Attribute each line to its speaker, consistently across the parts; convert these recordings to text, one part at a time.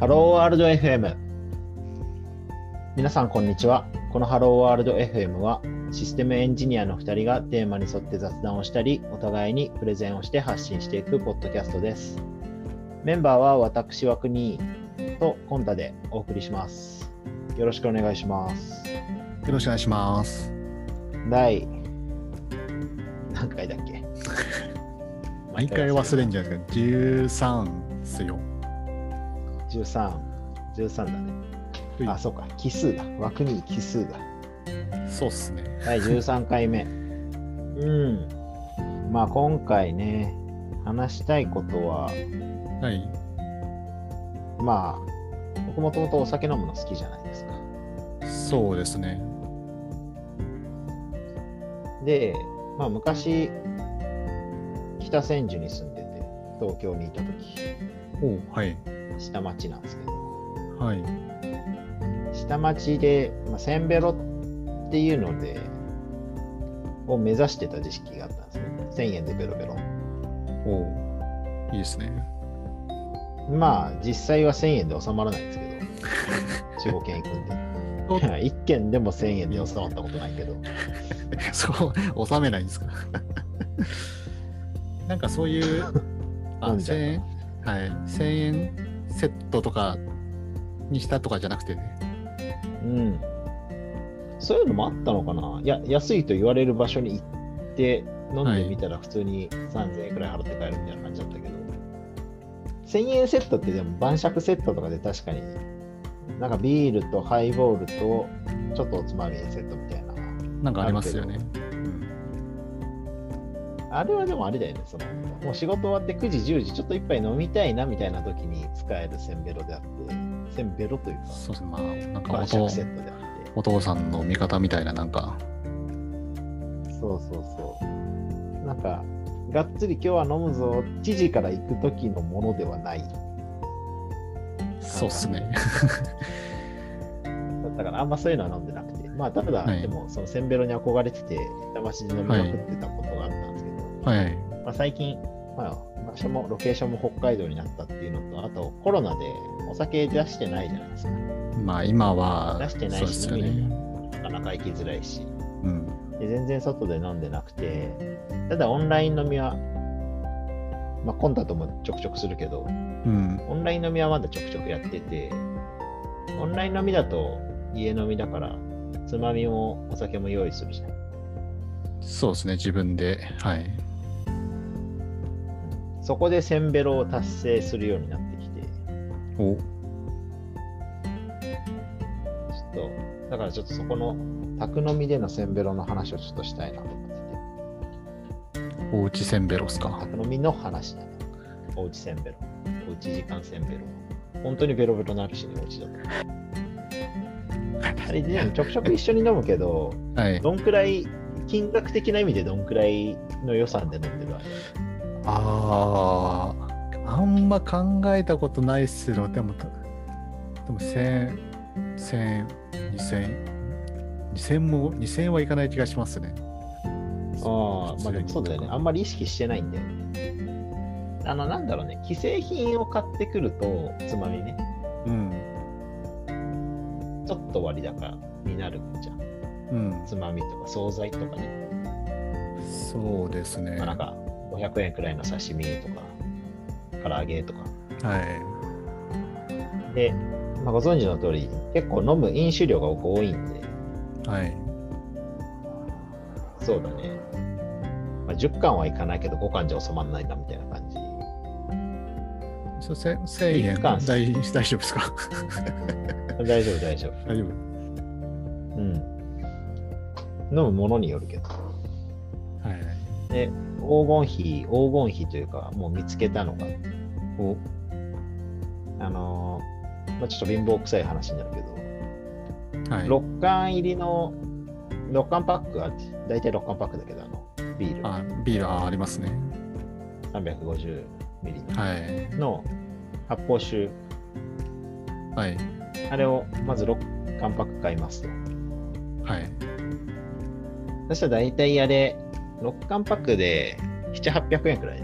Speaker 1: ハローワールド FM 皆さんこんにちはこのハローワールド FM はシステムエンジニアの2人がテーマに沿って雑談をしたりお互いにプレゼンをして発信していくポッドキャストですメンバーは私は国とコンタでお送りしますよろしくお願いします
Speaker 2: よろしくお願いします。
Speaker 1: 第何回だっけ
Speaker 2: 毎回忘れんじゃないですか。13っすよ。
Speaker 1: 1313だねあそうか奇数だ枠に奇数だ
Speaker 2: そうっすね。
Speaker 1: 第13回目。うん。まあ今回ね、話したいことは、
Speaker 2: はい。
Speaker 1: まあ、僕もともとお酒飲むの好きじゃないですか。
Speaker 2: そうですね。
Speaker 1: で、まあ昔、北千住に住んでて、東京にいた時
Speaker 2: おうはい。
Speaker 1: 下町なんですけど、
Speaker 2: はい。
Speaker 1: 下町で、まあ、せんべろっていうので、を目指してた時期があったんですね。1000円でベロベロ。
Speaker 2: おういい ですね。
Speaker 1: まあ実際は1000円で収まらないんですけど、地方圏行くんで。い や1件でも1000円で収まったことないけど、
Speaker 2: そう、収めないんですか。 なんかそういう、あ、
Speaker 1: なんじゃ
Speaker 2: 1000円はい。1000円セットとかにしたとかじゃなくてね。
Speaker 1: うん、そういうのもあったのかないや安いと言われる場所に行って飲んでみたら普通に3000円くらい払って帰るみたいな感じだったけど、1000円セットってでも晩酌セットとかで確かになんかビールとハイボールとちょっとおつまみセットみたいな
Speaker 2: なんかありますよね。
Speaker 1: あれはでもあれだよね、そのもう仕事終わって9時、10時、ちょっと一杯飲みたいなみたいな時に使えるせんべろであって、せんべろというか、
Speaker 2: そうですね。まあ、なんかお
Speaker 1: 晩酌
Speaker 2: 父
Speaker 1: セットであって、
Speaker 2: お父さんの味方みたいな、なんか、
Speaker 1: そうそうそう。なんか、がっつり今日は飲むぞ、知事から行く時のものではない。だ
Speaker 2: そうっすね。
Speaker 1: ったから、あんまそういうのは飲んでなくて、まあ、ただ、
Speaker 2: はい
Speaker 1: でも、そのせんべろに憧れてて、下町で飲みまくってたことがあったんですけど、
Speaker 2: はい。
Speaker 1: まあ、最近、まあ、場所もロケーションも北海道になったっていうのと、あとコロナでお酒出してないじゃないですか。
Speaker 2: まあ今は
Speaker 1: 出してない
Speaker 2: そうで
Speaker 1: し、
Speaker 2: すよ
Speaker 1: 飲みに
Speaker 2: ね。
Speaker 1: もなかなか行きづらいし
Speaker 2: うん。
Speaker 1: で、全然外で飲んでなくて、ただオンライン飲みは、まあ、コンタともちょくちょくするけど、
Speaker 2: うん。
Speaker 1: オンライン飲みはまだちょくちょくやってて、オンライン飲みだと家飲みだから、つまみもお酒も用意するじゃん。
Speaker 2: そうですね。自分で。はい。
Speaker 1: そこでせんべろを達成するようになってきて、ち
Speaker 2: お
Speaker 1: ょっと、だからちょっとそこの宅飲みでのせんべろの話をちょっとしたいなと思ってて。
Speaker 2: おうちせんべろっすか。
Speaker 1: 宅飲みの話だね。おうちせんべろ。おうち時間せんべろ。本当にベロベロになるしね、おうちだと。あれで、ね、ちょくちょく一緒に飲むけど、
Speaker 2: はい。
Speaker 1: どんくらい、金額的な意味でどんくらいの予算で飲んでるわけ
Speaker 2: ああ、あんま考えたことないっすよ。でも、でも1000、1000、2000、2000も、2000はいかない気がしますね。
Speaker 1: ああ、まあでもそうだよね。あんまり意識してないんだよね。あの、なんだろうね、既製品を買ってくると、つまみね、
Speaker 2: うん。
Speaker 1: ちょっと割高になるじゃん。
Speaker 2: うん。
Speaker 1: つまみとか惣菜とかね。
Speaker 2: そうですね。
Speaker 1: まあ、なん
Speaker 2: は
Speaker 1: か500円くらいの刺身とか唐揚げとか
Speaker 2: い。
Speaker 1: で、まあ、ご存知の通り結構飲む飲酒量が僕多いんで
Speaker 2: はい。
Speaker 1: そうだね、まあ、10缶はいかないけど5缶じゃ収まらないなみたいな感じ
Speaker 2: そうせ1000円
Speaker 1: 一貫
Speaker 2: 大大丈夫ですか
Speaker 1: 大丈夫大丈夫
Speaker 2: 大
Speaker 1: う
Speaker 2: 丈夫。
Speaker 1: ん飲むものによるけど
Speaker 2: はい。
Speaker 1: で黄金比黄金比というかもう見つけたのが
Speaker 2: お
Speaker 1: あのーまあ、ちょっと貧乏くさい話になるけど、
Speaker 2: はい。
Speaker 1: 6缶入りの6缶パックは大体6缶パックだけどあのビール
Speaker 2: あビールあありますね。
Speaker 1: 350ミリ
Speaker 2: はい。
Speaker 1: の発泡酒、
Speaker 2: はい。
Speaker 1: あれをまず6缶パック買いますと。
Speaker 2: はい。
Speaker 1: そしたら大体あれ、6缶パックで7、800円くらい。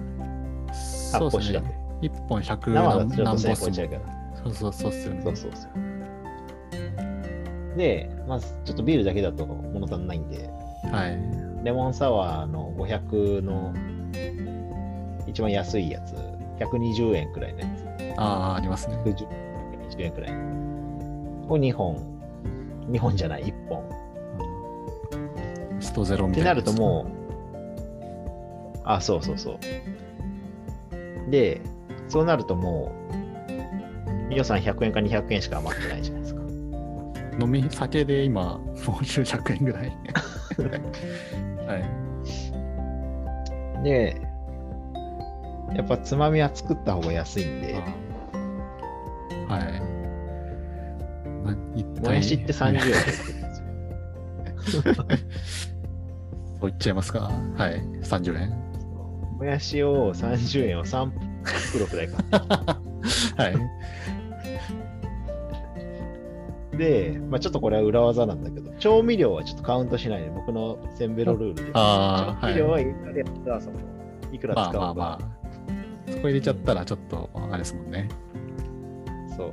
Speaker 2: そ
Speaker 1: 発
Speaker 2: う
Speaker 1: 泡酒だっ
Speaker 2: です
Speaker 1: て
Speaker 2: ね。。1本100
Speaker 1: 生だとちょっと
Speaker 2: 何
Speaker 1: 1000円
Speaker 2: 本
Speaker 1: 超
Speaker 2: す
Speaker 1: えちゃ
Speaker 2: も
Speaker 1: うから。
Speaker 2: そうそうそうっすよね。
Speaker 1: そうそうそう。で、まずちょっとビールだけだと物足んないんで、
Speaker 2: はい。
Speaker 1: レモンサワーの500の一番安いやつ、120円くらいのやつ、
Speaker 2: ああ、ありますね。
Speaker 1: 120 120円くらいを2本、2本じゃない、1本。
Speaker 2: うんストゼロ
Speaker 1: っ
Speaker 2: みた
Speaker 1: て
Speaker 2: いな
Speaker 1: な
Speaker 2: やつ。
Speaker 1: るともう、あ、そうそうそう。で、そうなるともう、予算100円か200円しか余ってないじゃないですか。
Speaker 2: 飲み酒で今、もう900円ぐ らい。はい。
Speaker 1: で、やっぱつまみは作った方が安いんで、
Speaker 2: あーはい。ま一体
Speaker 1: もやしって30円で売ってるんですよ。
Speaker 2: そう言っちゃいますか。はい。30円。
Speaker 1: もやしを30円を3袋くらい買っ
Speaker 2: はい。
Speaker 1: て、まあ、ちょっとこれは裏技なんだけど、調味料はちょっとカウントしないで、僕のせんべろルールで。
Speaker 2: あ
Speaker 1: 調
Speaker 2: あ、は
Speaker 1: 味
Speaker 2: い。
Speaker 1: 料はいくらやったらそのいくら使
Speaker 2: まあ
Speaker 1: うか、
Speaker 2: まあまあ。そこ入れちゃったらちょっと、あれですもんね。
Speaker 1: そう。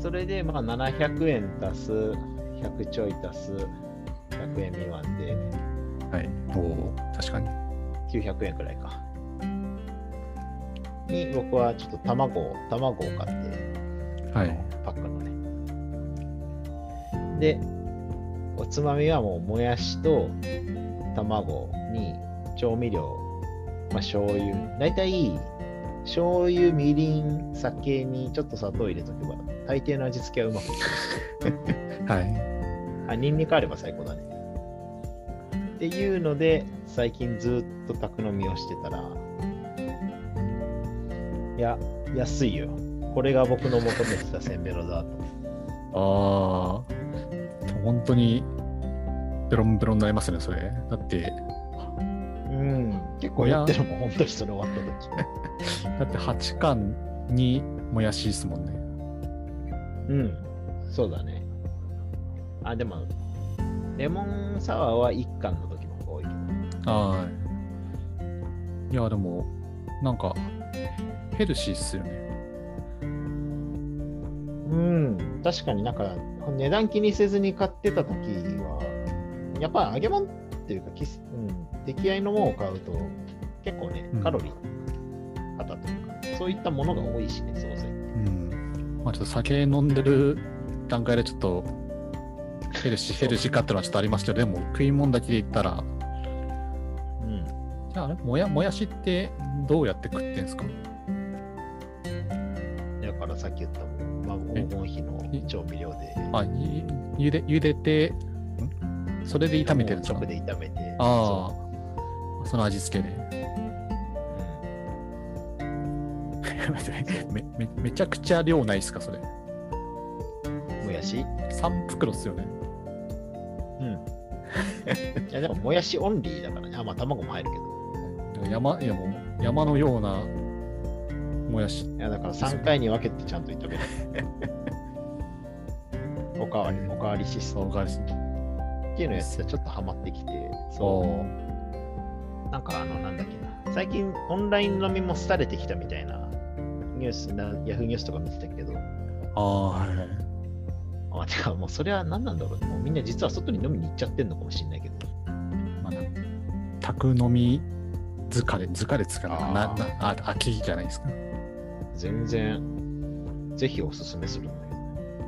Speaker 1: それで、まあ、700円足す、100ちょい足す、100円未満で、
Speaker 2: はい。おお、確かに。
Speaker 1: 900円くらいか。に、僕はちょっと卵を、卵を買って、
Speaker 2: はい。
Speaker 1: パックのね。で、おつまみはもう、もやしと卵に調味料、まあ、醤油。だいたい、醤油、みりん、酒にちょっと砂糖入れとけば、大抵の味付けはうまくいく。
Speaker 2: はい。
Speaker 1: あ、ニンニクあれば最高だね。っていうので、最近ずっと宅飲みをしてたら、いや、安いよ。これが僕の求めてたせんべろだと。
Speaker 2: ああ、本当に、ベロンベロンになりますね、それ。だって、
Speaker 1: うん、結構やってるもん、本当にそれ終わった時。
Speaker 2: だって8巻にもやしですもんね。
Speaker 1: うん、そうだね。あ、でも、レモンサワーは1巻の時の方が多いけど。
Speaker 2: はい。いや、でも、なんか、ヘルシーっすよね。
Speaker 1: うん、確かになんか、値段気にせずに買ってた時は、やっぱ揚げ物っていうか、きすうん、出来合いのものを買うと、結構ね
Speaker 2: うん、
Speaker 1: カロリー、型というか、そういったものが多いしね、総菜。
Speaker 2: うん。まあ、ちょっと酒飲んでる段階でちょっと、ヘルシー、ヘルシーかっていうのはちょっとありますけど、でも、食い物だけで言ったら、
Speaker 1: うん。
Speaker 2: じゃああれ、もや、もやしってどうやって食ってんすか
Speaker 1: だからさっき言ったもん、まあ、
Speaker 2: え
Speaker 1: 黄金比の調味料で、
Speaker 2: あ、ゆゆで、ゆでて、んそれで炒めてるんですか
Speaker 1: 直で炒めて、
Speaker 2: ああ、その味付けで。
Speaker 1: そううん
Speaker 2: めめめちゃくちゃ量ないっすか、それ。
Speaker 1: もやし
Speaker 2: 3袋っすよね。
Speaker 1: うん。いやでも、もやしオンリーだからね。あ、まあ、卵も入るけど。
Speaker 2: 山いやもう山のようなもやし
Speaker 1: いや、だから3回に分けてちゃんと炒める。おかわり、おかわりしそ
Speaker 2: おかしい。
Speaker 1: っていうのやつがちょっとハマってきて、そ。
Speaker 2: そう
Speaker 1: なんか、あの、なんだっけな。最近、オンライン飲みも廃れてきたみたいな、ニュースな、ヤフーニュースとか見てたけど、
Speaker 2: う。ああ、はいはい。
Speaker 1: あ、てか、もうそれは何なんだろうね。もうみんな実は外に飲みに行っちゃってんのかもしれないけど。
Speaker 2: まあ、なんか宅飲み疲れ、疲れっつうかな
Speaker 1: あー
Speaker 2: ななあ、秋じゃないですか。
Speaker 1: 全然、ぜひおすすめするんだけ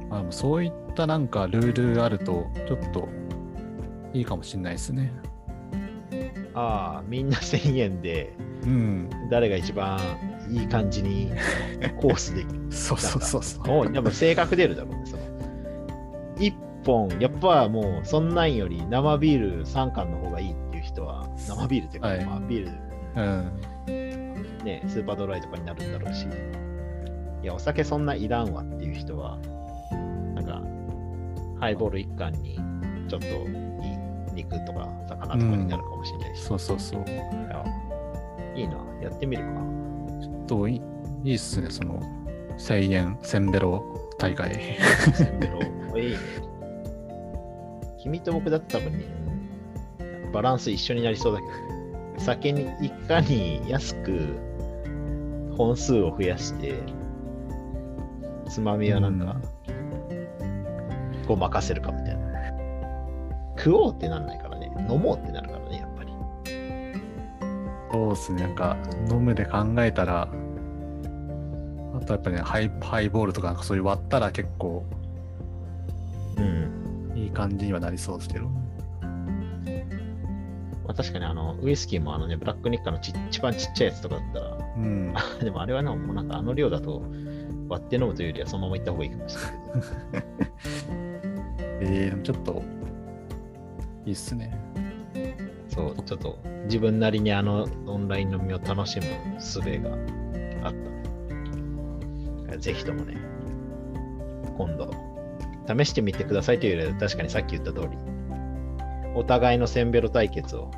Speaker 1: ど。
Speaker 2: まあ、でもそういったなんかルールあると、ちょっといいかもしれないですね。
Speaker 1: ああ、みんな1000円で、
Speaker 2: うん。
Speaker 1: 誰が一番いい感じにコースで
Speaker 2: そうそうそうそう。
Speaker 1: もう多分性格出るだろうねその1本やっぱもうそんなんより生ビール3缶の方がいいっていう人は生ビールっていうか、
Speaker 2: はい
Speaker 1: まあ、ビー
Speaker 2: うん。
Speaker 1: ルねスーパードライとかになるんだろうしいやお酒そんないらんわっていう人はなんかハイボール1缶にちょっといい肉とか魚とかになるかもしれないし、
Speaker 2: そうそうそう。ち
Speaker 1: いやいいなやってみるか
Speaker 2: ょっといいいいっすね、その、1000円、1000ベロ大会。
Speaker 1: せんべろ。いいね。君と僕だって多分ね、バランス一緒になりそうだけど、酒にいかに安く、本数を増やして、つまみはなんか、こう任せるかみたいな。食おうってなんないからね、飲もうってなるからね、やっぱり。
Speaker 2: そうですね、なんか飲むで考えたら、あとやっぱね、ハイハイボールとかなんかそういう割ったら結構
Speaker 1: うん。
Speaker 2: いい感じにはなりそうですけど。
Speaker 1: まあ、確かにあの、ウイスキーもあのね、ブラックニッカのちっ一番ちっちゃいやつとかだったら、
Speaker 2: うん。
Speaker 1: でもあれはな、もうなんかあの量だと割って飲むというよりはそのまま行った方がいいかもしれない。
Speaker 2: えー、でもちょっと、いいっすね。
Speaker 1: そう、ちょっと自分なりにあのオンライン飲みを楽しむ術があったね。だからぜひともね、今度、試してみてくださいというよりは、確かにさっき言った通り、お互いのせんべろ対決 を、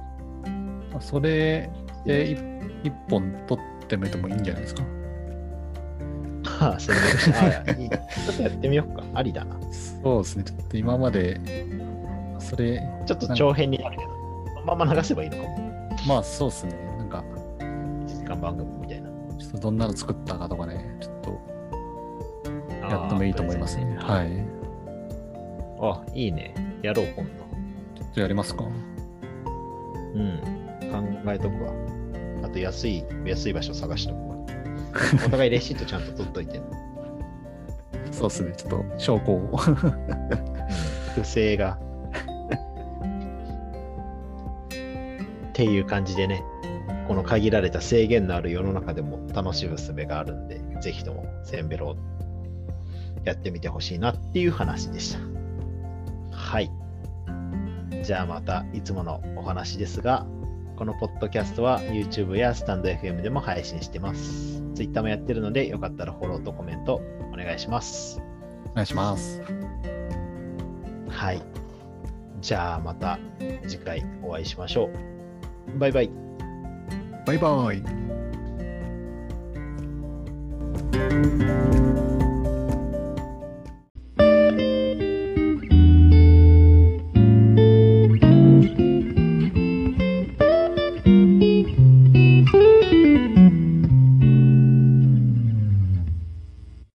Speaker 2: まあそれで一一本取ってみてもいいんじゃないですか。
Speaker 1: ああ、せんべろしああいいちょっとやってみようか。ありだな。
Speaker 2: そうですね、ちょっと今まで、それ、
Speaker 1: ちょっと長編になるけど、そのまま流せばいいのかも。
Speaker 2: まあそうですね、なんか、
Speaker 1: 1時間番組みたいな。
Speaker 2: ちょっとどんなの作ったかとかね、ちょっとやってもいいと思いますね。
Speaker 1: あ
Speaker 2: はい。ち
Speaker 1: あ、あいいね。やろう、今度。
Speaker 2: ょっとやりますか。
Speaker 1: うん、考えとくわ。あと安い、安い場所探しとくわ。お互いレシートちゃんと取っといて。
Speaker 2: そうですね、ちょっと証拠を。
Speaker 1: 不正が。っていう感じでね、この限られた制限のある世の中でも楽しむ術があるんで、ぜひともせんべろをやってみてほしいなっていう話でした。はい。じゃあまたいつものお話ですが、このポッドキャストは YouTube やスタンド FM でも配信してます。Twitter もやってるので、よかったらフォローとコメントお願いします。
Speaker 2: お願いします。
Speaker 1: はい。じゃあまた次回お会いしましょう。バイバイ。
Speaker 2: バイバイ。
Speaker 1: 「